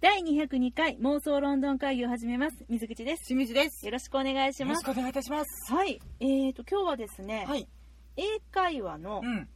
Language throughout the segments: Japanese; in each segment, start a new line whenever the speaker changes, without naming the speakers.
第202回妄想ロンドン会議を始めます水口です
清水です。
よ
よ
ろしくお願いします
ろしくお願いいたします。
はいえーと今日はですね、
はい。
英会話の
うん。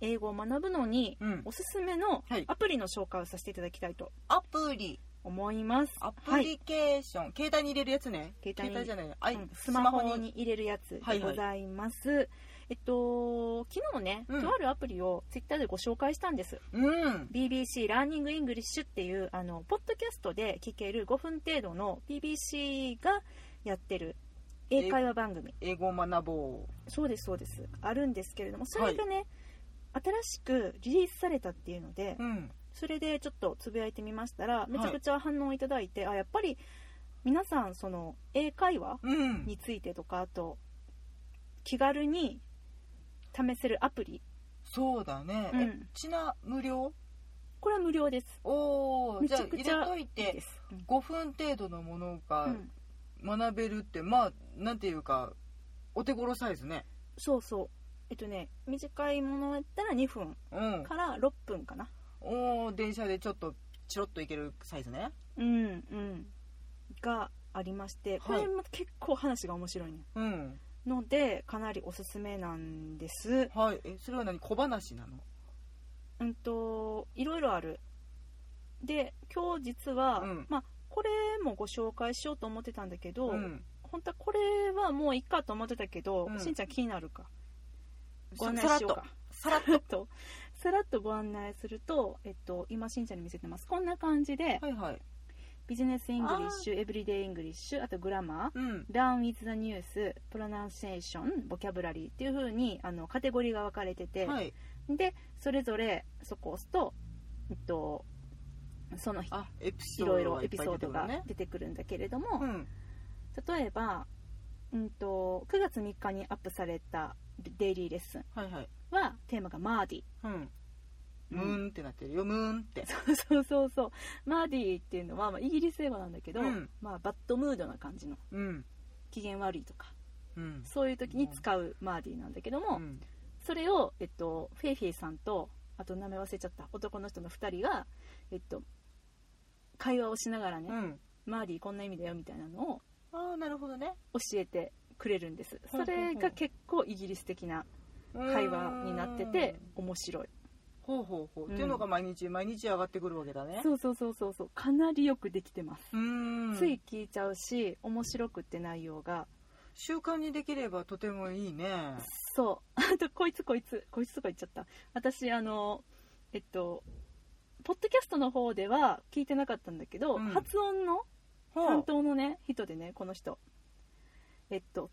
英語を学ぶのに
うん
おすすめの
はい
アプリの紹介をさせていただきたいと
アプリ、
思います、
アプリケーション、携帯に入れるやつね。
携帯に
じゃない。あい
うんスマホに
ス
入れるやつ
は
で
いは
ご
い
ざいます、えっと昨日ね、
うん
とあるアプリをツイッターでご紹介したんです
マホに。うん。
BBC ラーニングイングリッシュっていうあのポッドキャストで聞ける5分程度の BBC がやってる英会話番組
英語を学ぼう。
そうですそうですあるんですけれどもそれがね、新しくリリースされたっていうので、
うん。
それでちょっとつぶやいてみましたら
い
めちゃくちゃ反応いただいて、あやっぱり皆さんその英会話
うん。
についてとかあと気軽に試せるアプリ
そうだね。
うん
えちな、無料
これは無料です
おー、
め
じ
ち
ゃあ
ゃく
入れ
ちゃ
とい
いい
て
で、す、うん
5分程度のもの
う
が
ん
学べるって、まあ、なんていうか、お手頃サイズね。
そうそうえっとね短いものだったら2分
うん。
から6分かな
おー、電車でちょっと、チロッといけるサイズね。
うんうんがありましてこ
は
れ
い
も結構話が面白いね
うん。
のでかなりおすすめなんです
はい。え、それは何小話なの
うんといろいろあるで今日実は、
うん
まあこれもご紹介しようと思ってたんだけど、
うん。
本当はこれはもういいかと思ってたけど、
うん
しんちゃん気になるかご
さ
案内
らっ
しよう
と
か
さらっ
さらっと さらっとご案内すると、えっと、今しんちゃんに見せてますこんな感じで、
とはいはい
ビジネスイングリッシュエブリデイイングリッシュあとグラマー
うん
ラン with the news プロナンシエーションボキャブラリーっていう風にあのカテゴリーが分かれてて、
はい
でそれぞれそこを押すと、えっと、その日
あエピ
い
ソード
ろいろ
が
エピソードが
いっぱい
出てくるんだけれども、
出てくるね
例えば、うん、と9月3日にアップされたデイリーレッスン
うんはいはい
はテーマがマーディ
うんム
うん
ーンってなってるよムーンって
そうそうそうマーディっていうのは、まあ、イギリス英語なんだけど、
うん
まあ、バッドムードな感じの
うん
機嫌悪いとか
うん
そういう時に使うマーディなんだけども、
うん
それを、えっと、フェイフェイさんとあと名前忘れちゃった男の人の2人が、えっと、会話をしながらね、
うん
マーディこんな意味だよみたいなのを
ああなるほどね
教えてくれるんです
ほうほ
そう
ほう
れが結構イギリス的な会話になってて面白い
ほうほうほう
うん
っていうのが毎日毎日上がってくるわけだね
そうそうそうそうそうかなりよくできてます、
うーん
つい聞いちゃうし面白くって内容が
習慣にできればとてもいいね
そう あとこいつこいつこいつとか言っちゃった私あのえっとポッドキャストの方では聞いてなかったんだけど、
うん
発音の
ほ
担
う
当のね人でねこの人えっと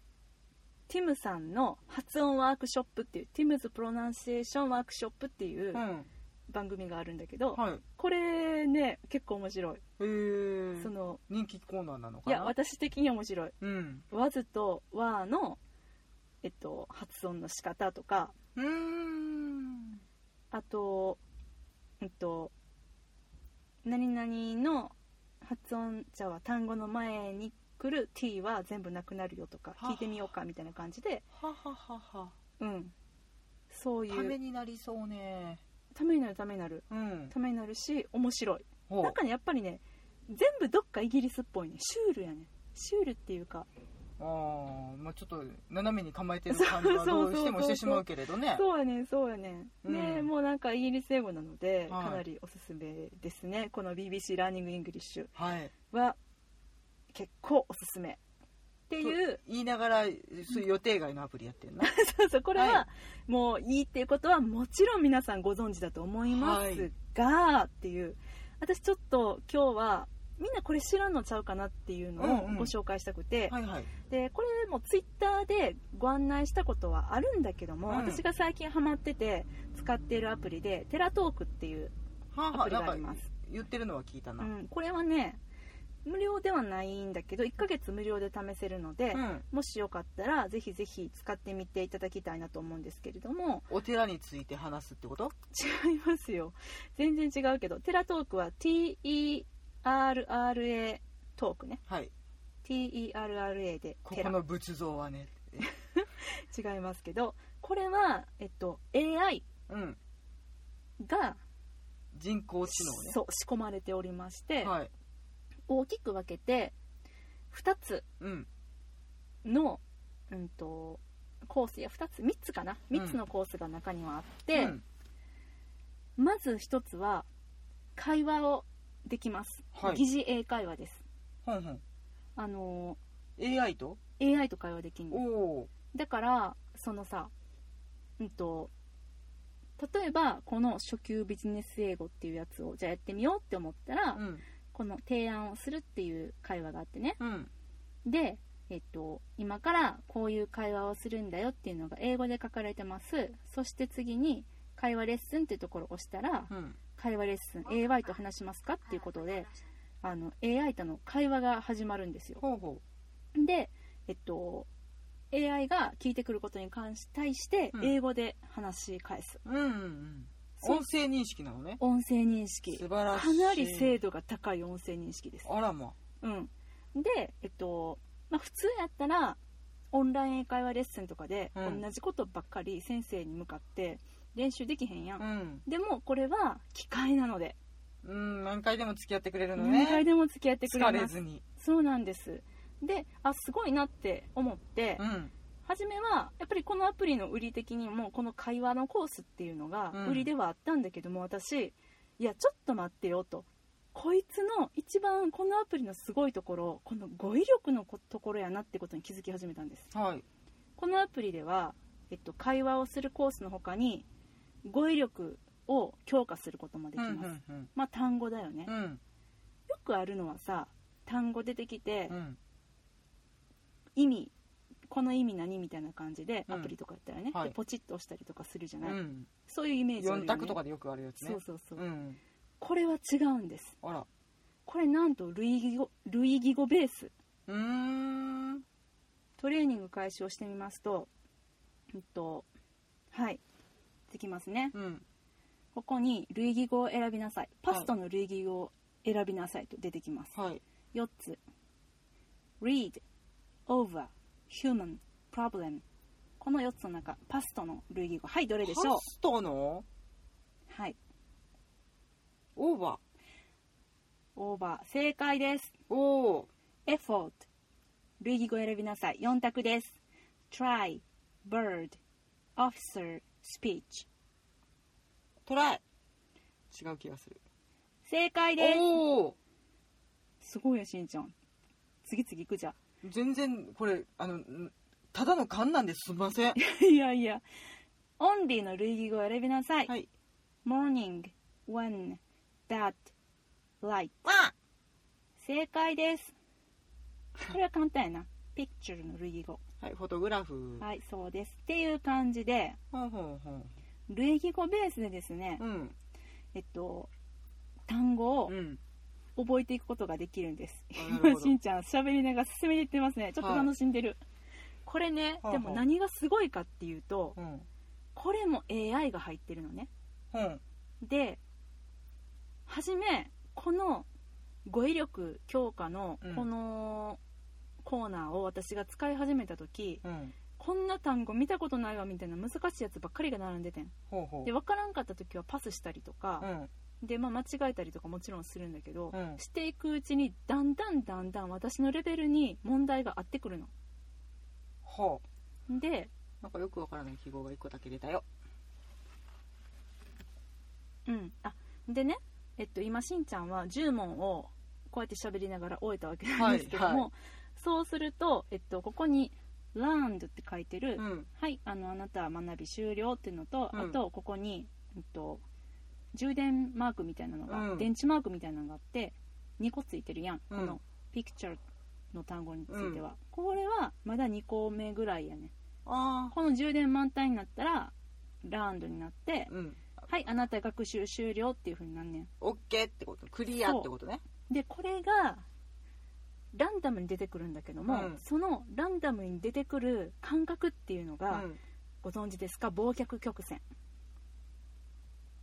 ティムさんの発音ワークショップっていうティムズプロナンシエーションワークショップっていう
うん
番組があるんだけど、
はい
これね結構面白い、
へえ
その
人気コーナーなのか
い
な
や私的には面白い
うん
「わず」と「わ」の、えっと、発音の仕方とか
うーん
あとうんと何々の発音じゃあ単語の前に来る t は全部なくなるよとか
はあ
聞いてみようかみたいな感じで
はははは
うんそういう
ためになりそうね
ためになるためになる
うん
ためになるし面白い
ほ
なんかねやっぱりね全部どっかイギリスっぽいねシュールやねシュールっていうか
あーまあちょっと斜めに構えてる感じはどうしてもしてしまうけれどね
そうやねんそうやねんね、
うん
もうなんかイギリス英語なので
はい
かなりおすすめですね、この BBC ラーニングイングリッシュ
はい
は結構おすすめっていう
言いながらそういう予定外のアプリやってんな
そうそうこれ
は
はもういいっていうことはもちろん皆さんご存知だと思いますが、っていう私ちょっと今日はみんなこれ知らんのちゃうかなっていうのを
うんうん
ご紹介したくて、
はいはい
でこれもツイッターでご案内したことはあるんだけども、
うん
私が最近ハマってて使っているアプリでテラトークっていう、
はあ
ア
は
プ
あ
リ
な
があり
ん
ま
か
す
言ってるのは聞いた
う
なうん
ん、これはね無料ではないんだけど1ヶ月無料で試せるので、もしよかったらぜひぜひ使ってみていただきたいなと思うんですけれども
お寺について話すってこと
違いますよ全然違うけどテラトークは TERRA トークね
はい
TERRA で
こ
テ
こ
ラ
の仏像はね
違いますけどこれは、えっと、AI
うん
が
人工知能ね
そう仕込まれておりまして、
はい
大きく分けて2つ
うん
の、うん、とコースいや2つ3つかな
うん
3つのコースが中にはあって、
うん
まず1つは会話をできます、
はい
疑似英会話です
ほんほん
あの
AI と
AI と会話できん
お
の
お
だからそのさうんと例えばこの初級ビジネス英語っていうやつをじゃあやってみようって思ったら、
うん
この提案をするっていう会話があってね
うん
で、えっと、今からこういう会話をするんだよっていうのが英語で書かれてますそして次に会話レッスンっていうところを押したら
うん
会話レッスン AY と話しますかっていうことであの AI との会話が始まるんですよ
ほうほ
で、えっと、AI が聞いてくることに関し対して
うん
英語で話し返す、
ううんうんうん
そう
音声認識なのね
音声認識
素晴らしい
かなり精度が高い音声認識です
あらま
うん、で、えっとまあ、普通やったらオンライン英会話レッスンとかで
うん
同じことばっかり先生に向かって練習できへんやん、
うん
でもこれは機械なので
うん何回でも付き合ってくれるの
何回
ね
でも付き合ってく
疲
れ
れ
ます
ずに
そうなんですであすごいなって思って、
うん
初めはやっぱりこのアプリの売り的にもこの会話のコースっていうのが
うん
売りではあったんだけども、私いやちょっと待ってよとこいつの一番このアプリのすごいところこの語彙力のこところやなってことに気づき始めたんです
はい
このアプリでは、えっと、会話をするコースの他に語彙力を強化することもでき
うん
ま
う
す、
んうん
まあ単語だよね、
う
よ
ん
くあるのはさ単語出てきて、
うん
意味この意味何みたいな感じで
うん
アプリとかやったらね、
はい
でポチッと押したりとかするじゃ
う
ない、
ん
そういうイメージあるよ、
4
ね、
択とかでよくあるやつね
そうそうそう、
うん
これは違うんです
あら
これなんと類義語類義語ベース
うーん
トレーニング開始をしてみますとうんとはいできますね
うん
ここに類義語を選びなさいパストの類義語を選びなさいと出てきます、
はい
4つ read over human problem この4つの中パストの類義語はいどれでしょう
パストの
はい
オーバ
オーバー正解です
ーおー
effort 類義語を選びなさい4択です try bird officer speech
トライ違う気がする
正解で
おお
すすごいよしんちゃん次々いくじゃん
全然これあのんただの勘なんですすいません
いやいやオンリーの類義語を選びなさい、
はい
morning when that light
あ
正解 ですこれは簡単やな picture の類義語
はいフォトグラフ
はいそうですっていう感じで
ほんほんほん
類義語ベースでですね、
うん
えっと単語を
うん
覚えていくことができるんです
あなるほ
今
ど
しんちゃん喋りながら進めていってますねちょっと楽しんでる、これね
はあはあ
でも何がすごいかっていうと
うん
これも AI が入ってるのね
ほん
で初めこの語彙力強化の
うん
このコーナーを私が使い始めた時、
うん
こんな単語見たことないわみたいな難しいやつばっかりが並んでてん
ほうほ
で分からんかった時はパスしたりとか
う、ん
で、まあ、間違えたりとかもちろんするんだけど、
うん
していくうちにだんだんだんだん私のレベルに問題が合ってくるの
ほう
で
なんかよくわからない記号が一個だけ出たよ
うんあでねえっと今しんちゃんは10問をこうやって喋りながら終えたわけなんですけども、
はいは
そうすると、えっと、ここに「learned」って書いてる、
うん
はいあのあなたは学び終了っていうのと、
うん
あとここに、えっと、充電マークみたいなのが、
うん
電池マークみたいなのがあって2個ついてるやん、
うん
この「picture」の単語については、これはまだ2個目ぐらいやね
あ
この充電満タンになったらラウンドになって
あ、うん
はいあなた学習終了っていう風になんねん
オッケーってことクリアってことね
でこれがランダムに出てくるんだけども、
うん
そのランダムに出てくる感覚っていうの
う
が、
ん
ご存知ですか忘却曲線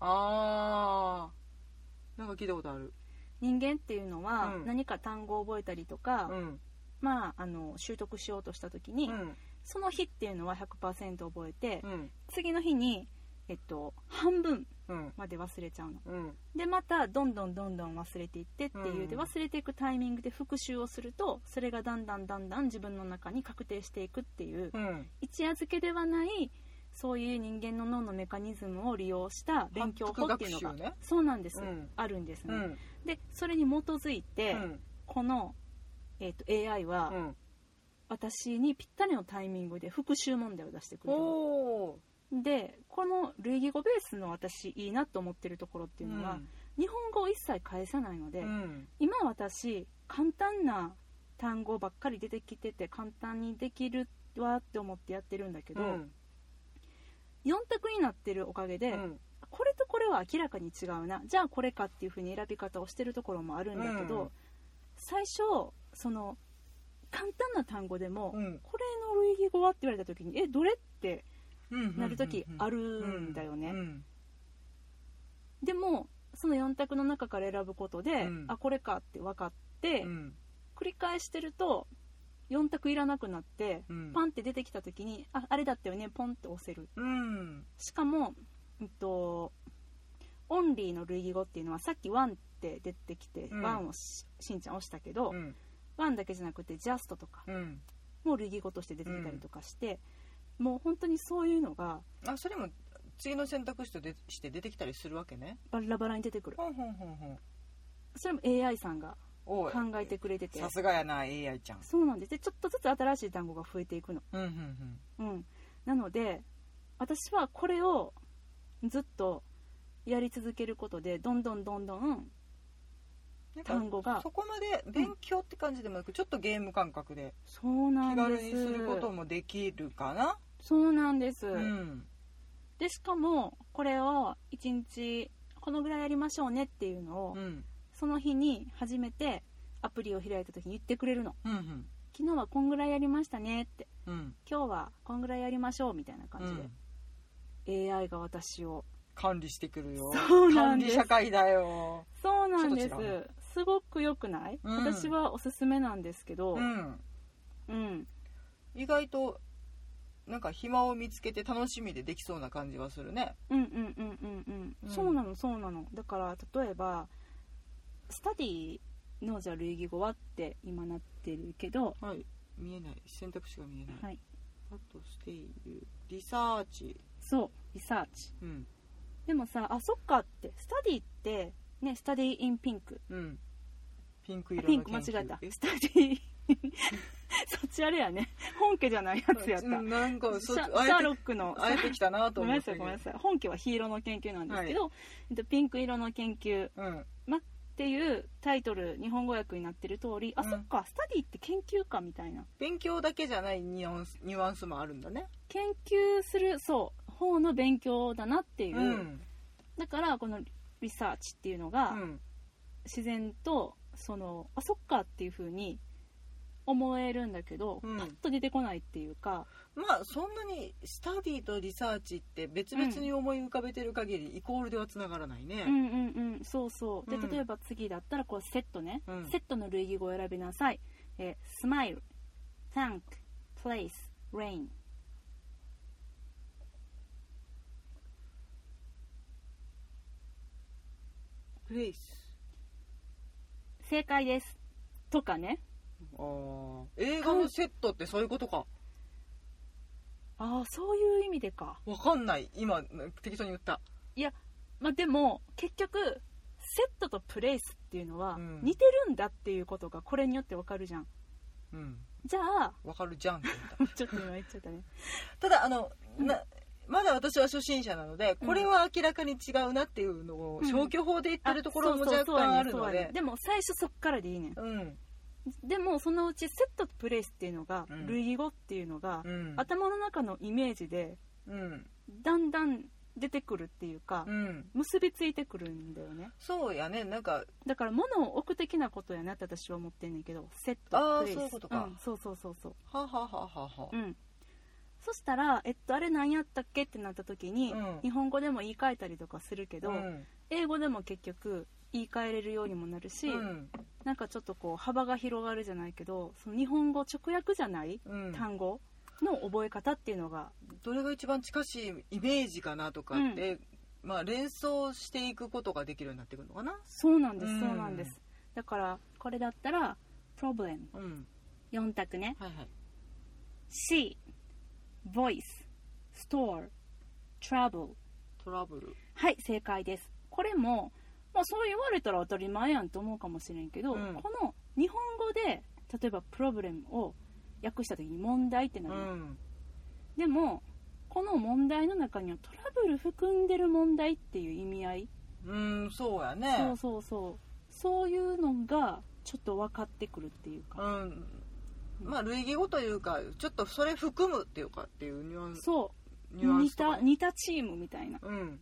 ああなんか聞いたことある
人間っていうのは、
うん
何か単語を覚えたりとか、
うん
まあ、あの習得しようとした時に、
うん
その日っていうのは100%覚えて、
うん
次の日にえっと、半分
うん
まで忘れちゃうの
うん
でまたどんどんどんどん忘れていってっていう、
うん
で忘れていくタイミングで復習をするとそれがだんだんだんだん自分の中に確定していくっていう、
うん
一夜漬けではないそういう人間の脳のメカニズムを利用した勉強法っていうのが、
反復学習ね
そうなんです、
うん
あるんです
う
ね、
ん
でそれに基づいて、
うん
この、えっと AI は、
うん
私にぴったりのタイミングで復習問題を出してくれるの
おお
でこの類義語ベースの私いいなと思ってるところっていうのは、日本語を一切返さないので、
うん
今私簡単な単語ばっかり出てきてて簡単にできるわって思ってやってるんだけど、
うん
4択になってるおかげで、
うん
これとこれは明らかに違うなじゃあこれかっていう風に選び方をしてるところもあるんだけど、
うん
最初その簡単な単語でも、
うん
これの類義語はって言われた時にえどれって
うん
なる時ある
うん
だよね、
うん
でもその4択の中から選ぶことで、
うん
あこれかって分かって、
うん
繰り返してると4択いらなくなって、
うん
パンって出てきた時にああれだったよねポンって押せる
うん
しかも、うんと、オンリーの類義語っていうのはさっき「ワン」って出てきて「
うん
ワン」をししんちゃん押したけど
うん
「ワン」だけじゃなくて「ジャスト」とか
うん
も類義語として出てきたりとかして、もう本当にそういうのが
あそれも次の選択肢とでして出てきたりするわけね
バラバラに出てくる
ほんほんほんほん
それも AI さんが
お
考
い
えてくれてて
さすがやな AI ちゃん
そうなんですでちょっとずつ新しい単語が増えていくの、
うんうん
うん、なので私はこれをずっとやり続けることでどんどんどんどん
うん
単語が
そこまで勉強って感じでもなくちょっとゲーム感覚で
そうな
気
ん
軽
です
にすることもできるかな
そうなんです、
うん
でしかもこれを1日このぐらいやりましょうねっていうのを、
うん
その日に初めてアプリを開いた時に言ってくれるの
うんうん
昨日はこんぐらいやりましたねって
うん
今日はこんぐらいやりましょうみたいな感じ
うん
で、AI が私を
管理してくるよ
そうな
管
んで
理
す
社会だよ
そうなんです
ちょっと違うね
すごく良くない、
うん
私はおすすめなんですけど、
うん
うん
意外となんか暇を見つけて楽しみでできそうな感じはするね
うんうんうんうんうん、
うん
そうなのそうなのだから例えばスタディのじゃあ類義語はって今なってるけど、
はい見えない選択肢が見えない、
はい、
あとしているリサーチ
そうリサーチ
うん
でもさあそっかってスタディってねスタディインピンク
うんピンク色の
ピンク間違えたスタディ そっちあれやね本家じゃないやつやった、
うんなんか
シ
そ
ャシ
あ
ャー
え
ロ
て
ックの
あえてきたな
ご
と思
めんな
って
さいごめんなさい本家はヒーローの研究なんですけど、えっとピンク色の研究
うん
っていうタイトル日本語訳になってる通りあ、
うん
そっかスタディって研究かみたいな
勉強だけじゃないニュアンスニュアンスもあるんだね
研究するそう方の勉強だなっていう、
うん
だからこのリサーチっていうの
う
が
ん
自然とそのあそっかっていう風に思えるんだけど、
うん
パッと出てこないっていうか
まあそんなにスタディとリサーチって別々に思い浮かべてる限りイコールではつながらないうね
んうんうんそうそうで、
うん
例えば次だったらこうセットね、
うん
セットの類義語を選びなさい、えー、スマイルタンクプレイスレイン
プレイス
正解ですとかね
あー映画のセットってそういうことか
ああそういう意味でか
わかんない今適当に言った
まあでも結局セットとプレイスっていうのは
うん
似てるんだっていうことがこれによってわかるじゃん
うん
じゃ あ
わかるじゃんって言った
ちょっと今言っちゃった ね
ただあの、
うん
なまだ私は初心者なので
うん
これは明らかに違うなっていうのを
うん
消去法で言ってるところも
そうそうそ
若
うやね
干あるの
そうやね
で
でも最初そっからでいいねん
うん
でもそのうちセットとプレイスっていうのが、
うん
類義語っていうのが、
うん
頭の中のイメージで
うん
だんだん出てくるっていうか、
うん
結びついてくるんだよね
そうやねなんか
だから物を置く的なことやなって私は思ってんねんけどセッ
あ
ト
ー
プレイス
そういうことか
んそうそうそうそう
ははははは
うん、そしたら、えっと、あれ何やったっけってなった時に、
うん
日本語でも言い換えたりとかするけど、
うん
英語でも結局言い換えれるようにもなるし、
うん
なんかちょっとこう幅が広がるじゃないけどその日本語直訳じゃない
うん
単語の覚え方っていうのが
どれが一番近しいイメージかなとかって、まあ、連想していくことができるようになってくるのかな、
そうなんです、
うん
そうなんですだからこれだったら「problem
うん」
4択ね
はいはい、
「C」「voice」「store」「trouble
トラブル」
はい正解ですこれも、まあ、そう言われたら当たり前やんと思うかもしれんけど、
うん
この日本語で例えば「problem」を訳した時に「問題」ってな
う
る、
ん
でもこの問題の中にはトラブル含んでる問題っていう意味合い
うんそうやね
そうそうそうそういうのがちょっと分かってくるっていうか、
うんまあ類義語というかちょっとそれ含むっていうかっていうニュアンス
そ
ニ
う
ュアン
似
スとか
た
ね
似たチームみたいな
うん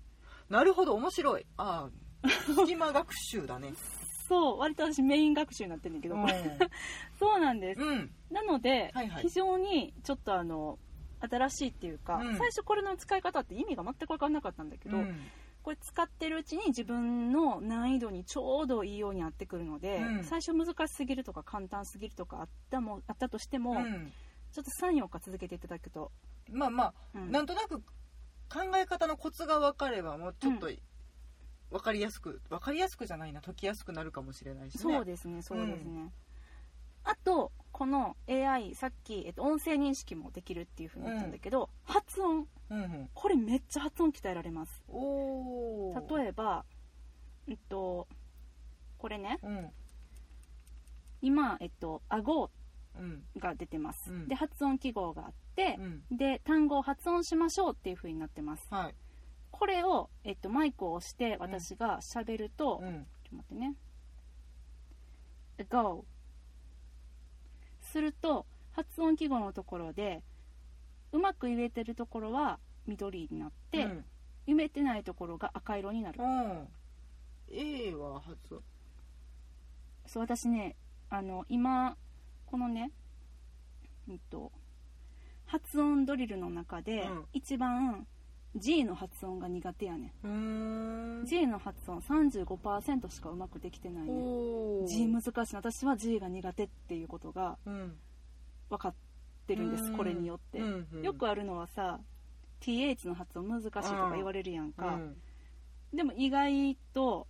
なるほど面白いああ隙間学習 だね
そう割と私メイン学習になってるんだけ
う
ど、
ん
そうなんです
うん
なので、
はいはい
非常にちょっとあの新しいっていうか、
うん
最初これの使い方って意味が全く分からなかったんだけど、
うん
これ使ってるうちに自分の難易度にちょうどいいように合ってくるので、
うん
最初難しすぎるとか簡単すぎるとかあったもあったとしても、
うん
ちょっと34日続けていただくと、
まあまあ
うん
なんとなく考え方のコツが分かればもうちょっと分かりやすく分かりやすくじゃないな解きやすくなるかもしれないしね
そうですねそうですね、あとこの AI さっき、えっと、音声認識もできるっていうふうに言ったんだけど、発音
うんうん
これめっちゃ発音鍛えられます
おお
例えば、えっと、これね
うん
今、えっと、顎
うん
が出てます、
うん
で発音記号があって
う、ん
で単語を発音しましょうっていうふうになってます
はい
これを、えっと、マイクを押して私がしゃべると、
う
ちょ
ん
っと待ってね。go すると発音記号のところでうまく言えてるところは緑になって、
うん
言えてないところが赤色になる
う、ん A は発音
そう私ねあの今このね、うんと、発音ドリルの中で、
うん
一番 G の発音が苦手やね、
うーん
ん、G の発音35%しかうまくできてないね
おー
G 難しい私は G が苦手っていうことが
うん
分かってるんです
うん
これによって、
うんうん
よくあるのはさ TH の発音難しいとか言われるやん
う
か、
ん
でも意外と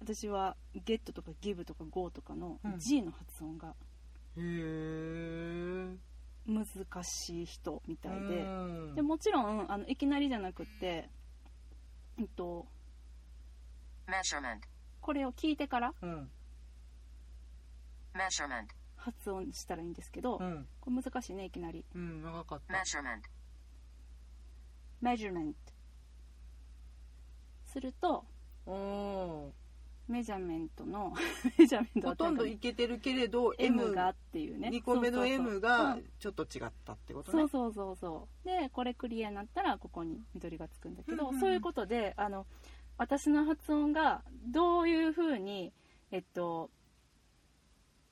私は「ゲット」とか「ギブ」とか「ゴー」とかの
うん
G の発音が
へえ
難しい人みたいで、
うん
でもちろんあのいきなりじゃなくって、えっと、
Measurement.
これを聞いてから
うん、
Measurement.
発音したらいいんですけど、
うん、
これ難しいねいきなり
うん、長かった。
Measurement.
「measurement」すると
おお
メジャメントの メジャメン
ー、
トっ
ほ
て
と
なんんか
どいけてるけれど、
M がっていうね
2個目の M がちょっと違ったってこと
そ
ね
う。そうそうそうでこれクリアになったらここに緑がつくんだけど、
うんうんうん
そういうことであの私の発音がどういうふうにえっと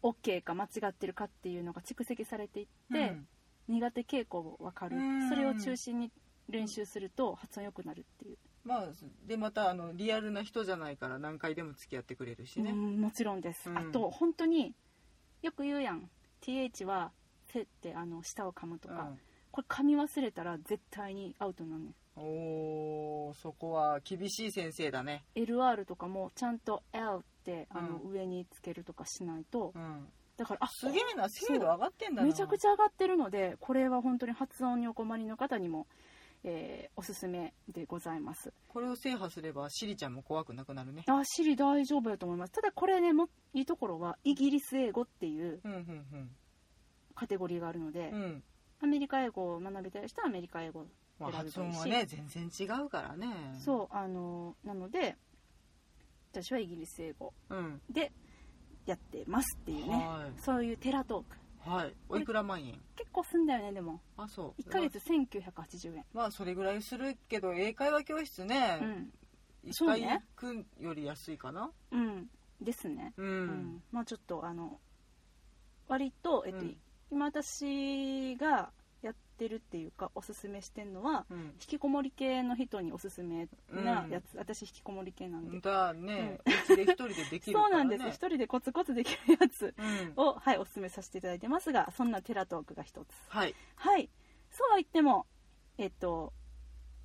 OK か間違ってるかっていうのが蓄積されていって、苦手傾向を分かる、
うん
それを中心に練習すると発音良くなるっていう、
まあでまたあのリアルな人じゃないから何回でも付き合ってくれるし
う
ね。
んもちろんです、
うん
あと本当によく言うやん TH は「せ」ってあの舌を噛むとか、これ噛み忘れたら絶対にアウトなんねん
うん、おお、そこは厳しい先生だね。
LR とかもちゃんと L ってあの
う
上につけるとかしないと、
うん、
だからあ
すげえな、精度上がってんだな。
めちゃくちゃ上がってるのでこれは本当に発音にお困りの方にも、えーおすすめでございます
これを制覇すればシリちゃんも怖くなくなるね。
あシリ大丈夫だと思いますただこれねもいいところはイギリス英語っていう
うんうん
カテゴリーがあるので、
うん。うん。
アメリカ英語を学びたい人はアメリカ英語
まあ、
選べばいいし
発音はね全然違うからね。
そうあのなので私はイギリス英語
う。うん。
でやってますっていうね
は
そういうテラトーク
い。はい。おいくら万円？
結構すんだよねでも
あ、そう。
1ヶ月1980円
まあそれぐらいするけど英会話教室ね
う、ん
一
そう
回
ね
行くより安いかな
うんですね
う
うんんまあちょっとあの割とえっと
うん
今私がやってるっていうかおすすめしてるのは
うん、
引きこもり系の人におすすめな
うん
やつ私引きこもり系なんで
だね、うちで一人ででき
そ
るか
う
ら、ね、
なんです一人でコツコツできるやつ
うん
をはいおすすめさせていただいてますがそんなテラトークが一つ
はい
はいそうは言ってもえっと、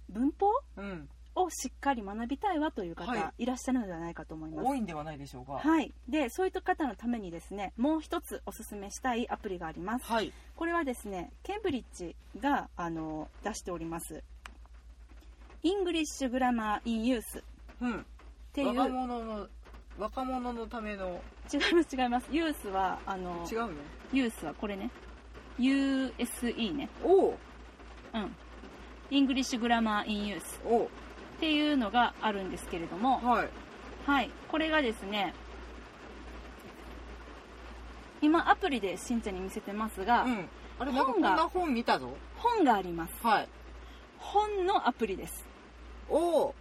文法
うん、
をしっかり学びたいわという方、、
はい
らっしゃるのではないかと思います
多。いんではないでしょうか。
はい、でそういった方のためにですねもう一つおすすめしたいアプリがあります
はい。
これはですねケンブリッジがあの出しております「イングリッシュ・グラマー・イン・ユース」っ
うん。
ていう違い
若
ま
者の若者のための
す違いますユースはあの
違うの。
ユースはこれね USE ね
おう
うんイングリッシュ・グラマー・イン・ユース
おう
っていうのがあるんですけれども、
はい。
はい、これがですね今アプリでしんちゃんに見せてますが、
うん。あれなんかこ
本
ん
が
な本見たぞ。
本があります
はい。
本のアプリです
おお。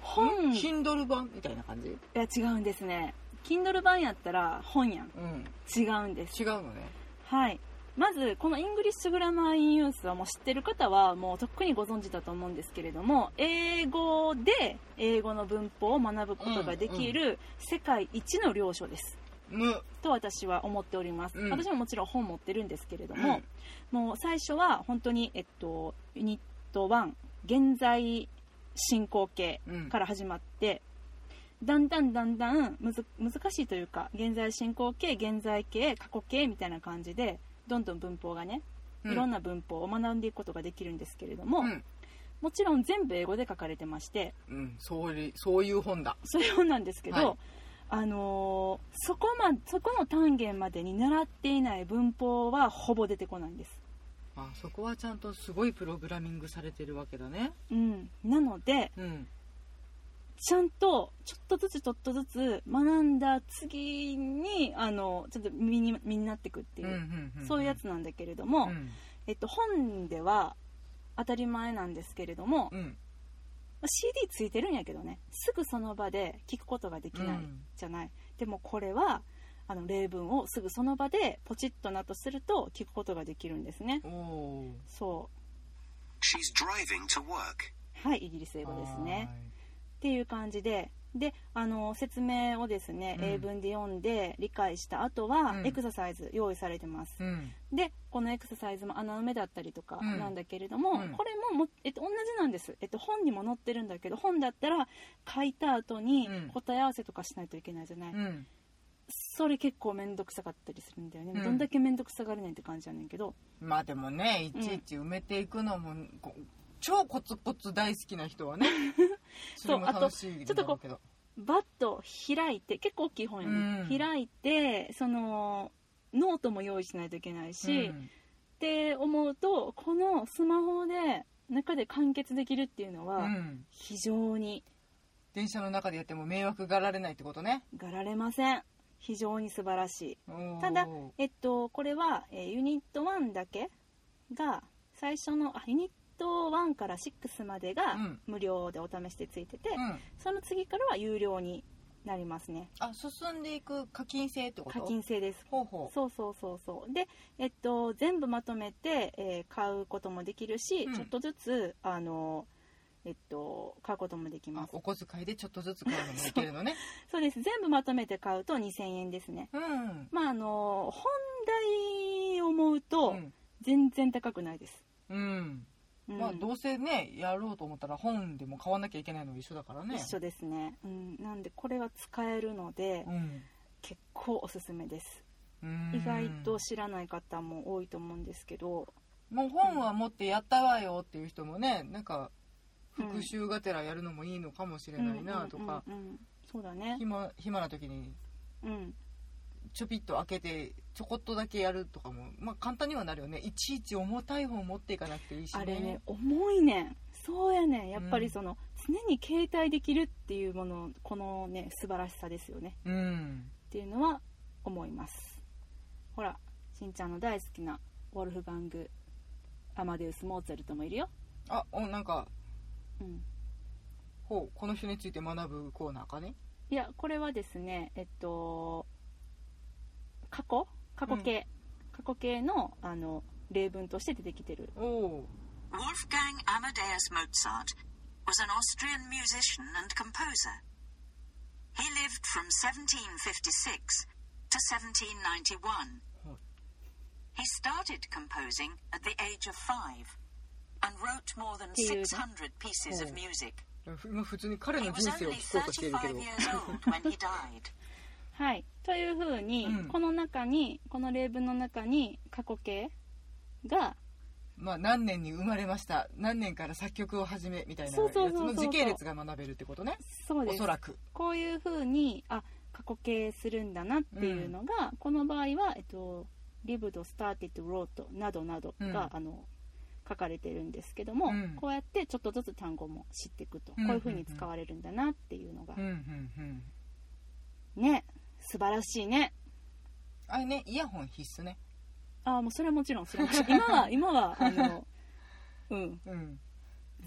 本い
Kindle 版みたいな感じ。
や違うんですね Kindle 版やったら本やん
うん。
違うんです
違うのね。
はいまずこのイングリッシュグラマーインユースはもう知ってる方はもうとっくにご存知だと思うんですけれども英語で英語の文法を学ぶことができる世界一の領書です
む。
と私は思っております、
うん
私ももちろん本持ってるんですけれども、もう最初は本当に、えっと、ユニット1現在進行形
うん。
から始まってだんだんだんだんむず難しいというか現在進行形現在形過去形みたいな感じでどんどん文法がねいろん
な。
な文法を学んでいくことができるんですけれども、
うん。
もちろん全部英語で書かれてまして
うん。そういうそういう本だ。
それをなんですけど、
はい
あのーそこまそこの単元までに習っていない文法はほぼ出てこないんです、
あそこはちゃんとすごいプログラミングされてるわけだね。
うん、なので
うん。
ちゃんとちょっとずつちょっとずつ学んだ次にあのちょっと身に身になっていくっていう、
ん
そういうやつなんだけれども、
うん。
えっと、本では当たり前なんですけれども、
うん。
CD ついてるんやけどねすぐその場で聞くことができない
うん
じゃない、でもこれはあの例文をすぐその場でポチッとなとすると聞くことができるんですね
おお。
そ
She's driving to work.
うはいイギリス英語ですねっていう感じでであの説明をですね、
うん
英文で読んで理解した後は、
うん
エクササイズ用意されてます
は、い。うん。
でこのエクササイズも穴埋めだったりとか
うん
なんだけれども、
うん
これもも、えっと、同じなんです、えっと、本にも載ってるんだけど本だったら書いた後に
うん
答え合わせとかしないといけないじゃない、
うん。
それ結構面倒くさかったりするんだよね、
うん
どんだけ面倒くさがるねんって感じやねんけど
まあでもねいちいち埋めていくのも、こ超コツコツ大好きな人はねそれも楽しいだろうけど
バッと開いて結構大きい本やね、
うん
開いてそのノートも用意しないといけないし、っ、て思うとこのスマホで中で完結できるっていうの
うんう
は
ん
非常に
電車の中でやっても迷惑がられないってことね
がられません非常に素晴らしい
おー
ただえっとこれは、えーユニット1だけが最初のあユニット1から6までが
うん
無料でお試しでついてて、
うん、
その次からは有料になりますね
あ進んでいく課金制ってこと
課金制です
方法
そうそうそうそうで、えっと、全部まとめて、えー買うこともできるし、
うん
ちょっとずつあのえっと買うこともできま
あ
す
お小遣いでちょっとずつ買うのもいけるのね
そうです全部まとめて買うと2000円ですね
うん
まああの本題を思うと、
うん、
全然高くないです、
うん
うん
まあどうせねやろうと思ったら本でも買わなきゃいけないのも一緒だからね
一緒ですね、うん、なんでこれは使えるので、
うん
結構おすすめです
うん
意外と知らない方も多いと思うんですけど、
もう本は持ってやったわよっていう人もねなんか
うん
復習がてらやるのもいいのかもしれ
うん
ないなとか、
うんうんうんそうだね
暇暇な時に
うん
ちょびっと開けてちょこっとだけやるとかも、まあ、簡単にはなるよねいちいち重たい本持っていかなくていいしね
あれね重いねんそうやねんやっぱりその、常に携帯できるっていうものこのね素晴らしさですよね
うん
っていうのは思いますほらしんちゃんの大好きなウォルフガング・アマデウス・モーツァルトもいるよ、
あおなんか
うん、
ほうこの人について学ぶコーナーかね
いやこれはですねえっと過去過去形、過去形のあの例文として出てきてる
おお
Wolfgang Amadeus Mozart was an Austrian musician and composer. He lived from 1756 to 1791.
Huh.
He started composing at the age of five and wrote more than 600 pieces of music.
今普通に彼の
He was
人生を
only
聞こうとしているけ
35
ど
years old when he died.
はい、というふうに、
うん
この中にこの例文の中に過去形が
まあ何年に生まれました何年から作曲を始めみたいな
そ
や
う
つ
そうそうそう
の時系列が学べるってことね
そう
お
です
そらく
こういうふうにあ過去形するんだなっていうのが、この場合は、えっと「lived started wrote」などなどが、
うん
あの書かれてるんですけども、
うん
こうやってちょっとずつ単語も知っていくと、
うん
こういうふうに使われるんだなっていうのが、
うんうんうん
ね素晴らしいね
あれねイヤホン必須ね
ああもうそれはもちろんそれ はもちろん今は今はあのうん
うん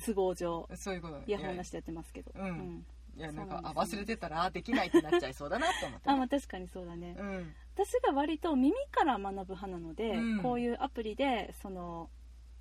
都合上
そういうこと
イヤホンなしでやってますけど、
うんいやなんか
そうなん
あ
です
忘
ね
れてたらあできないってなっちゃいそうだなと思って
あまあ確かにそうだね、
うん
私が割と耳から学ぶ派なので、
うん
こういうアプリでその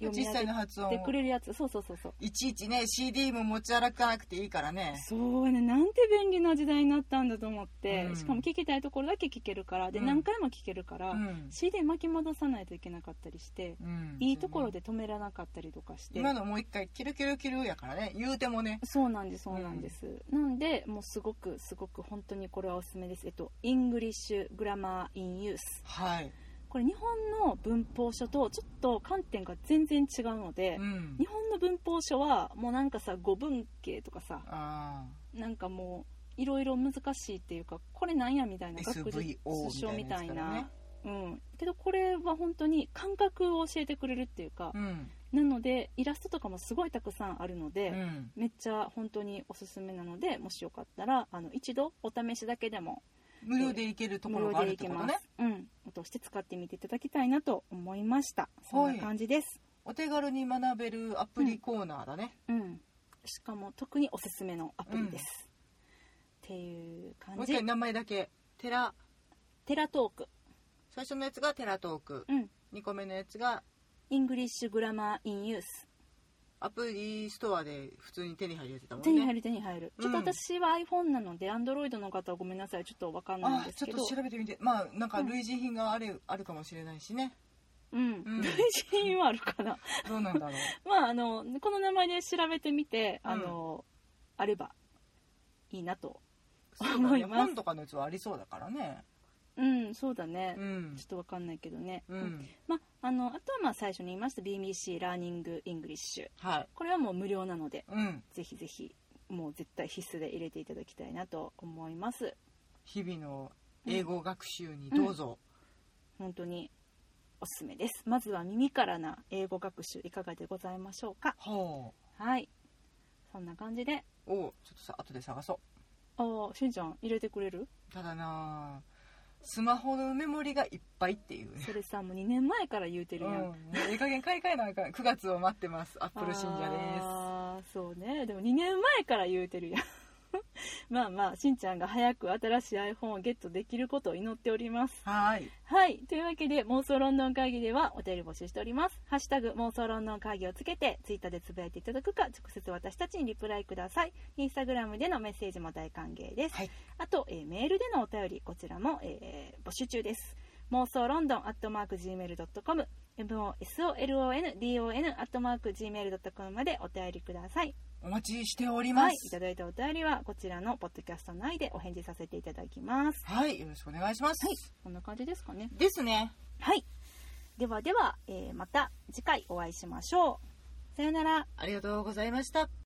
読み
実際
上
の
げ
発音
てく
を
れるやつそうそうそうそう
いちいちね CD も持ち歩かなくていいからね
そうねなんて便利な時代になったんだと思って、
うん
しかも聞きたいところだけ聞けるからで、
うん
何回も聞けるから、
うん
CD 巻き戻さないといけなかったりして、
うん
いいところで止めらなかったりとかして
今のもう一回キルキルキルやからね言うてもね
そうなんですそうなんです、なんでもうすごくすごく本当にこれはおすすめですえっと「イングリッシュ・グラマー・イン・ユース
はい」
これ日本の文法書とちょっと観点が全然違うので、
うん
日本の文法書はもうなんかさ語文系とかさ
あ
なんかもういろいろ難しいっていうかこれなんやみたいな
SVO
学術書みたい
みたいなや
な。うん、けどこれは本当に感覚を教えてくれるっていうか
あ、うん
なのでイラストとかもすごいたくさんあるので、
うん
めっちゃ本当におすすめなのでもしよかったらあの一度お試しだけでも
無料で行けるとこ
無
ろ
料
があ
で
るっ
い
て
け
こと
ます、
ね
うん落として使ってみていただきたいなと思いましたそんな感じです、
お手軽に学べるアプリコーナーだね、
うんしかも特におすすめのアプリです、っていう
も
感
う
じ
一回名前だけテラ
テラトーク
最初のやつがテラトーク、
うん
2個目のやつが
イングリッシュグラマーインユース
アプリストアで普通に手に入るやつだもんね
手に入る手に入る、
うん
ちょっと私は iPhone なので Android の方はごめんなさいちょっとわかんないん
あ
です
ちょ
け
っ
ど
と調べてみてまあなんか類似品がある,、あるかもしれないしね
うん
うん
類似品はあるかな
どうなんだろう
まああのこの名前で調べてみてあの、あればいいなと
そうだ
思
ね
います
本とかのやつはありそうだからね
うんそうだね、
うん
ちょっとわかんないけどね、
うん
まあのあとはまあ最初に言いました BBC ラーニングイングリッシュ
はい
これはもう無料なので
うん
ぜひぜひもう絶対必須で入れていただきたいなと思います
日々の英語学習にどうぞ、
本当におすすめですまずは耳からな英語学習いかがでございましょうか
ほ
はいそんな感じで
うをちょっとさ後で探そ
ああしゅんちゃん入れてくれる
うただなあスマホのメモリがいっぱいっていうね
それさもう2年前から言うてる
う
や
ん、
ん、
もういい加減買い替えなあかん9月を待ってますアップル信者です
あーそうねでも2年前から言うてるやん まあまあしんちゃんが早く新しい iPhone をゲットできることを祈っております
はーい
はいというわけで妄想ロンドン会議ではお便り募集しております「ハッシュタグ妄想ロンドン会議」をつけてツイッターでつぶやいていただくか直接私たちにリプライくださいインスタグラムでのメッセージも大歓迎です、
はい
あと、えーメールでのお便りこちらも、えー募集中です妄想ロンドンアットマーク Gmail.com MOSOLONDON アットマーク Gmail.com までお便りください
お待ちしておりま
はいい
す
ただいたお便りはこちらのポッドキャスト内でお返事させていただきます
はい、よろしくお願いします、
はいこんな感じですかね
ですね
はい。ではでは、えーまた次回お会いしましょう。さよなら。
ありがとうございました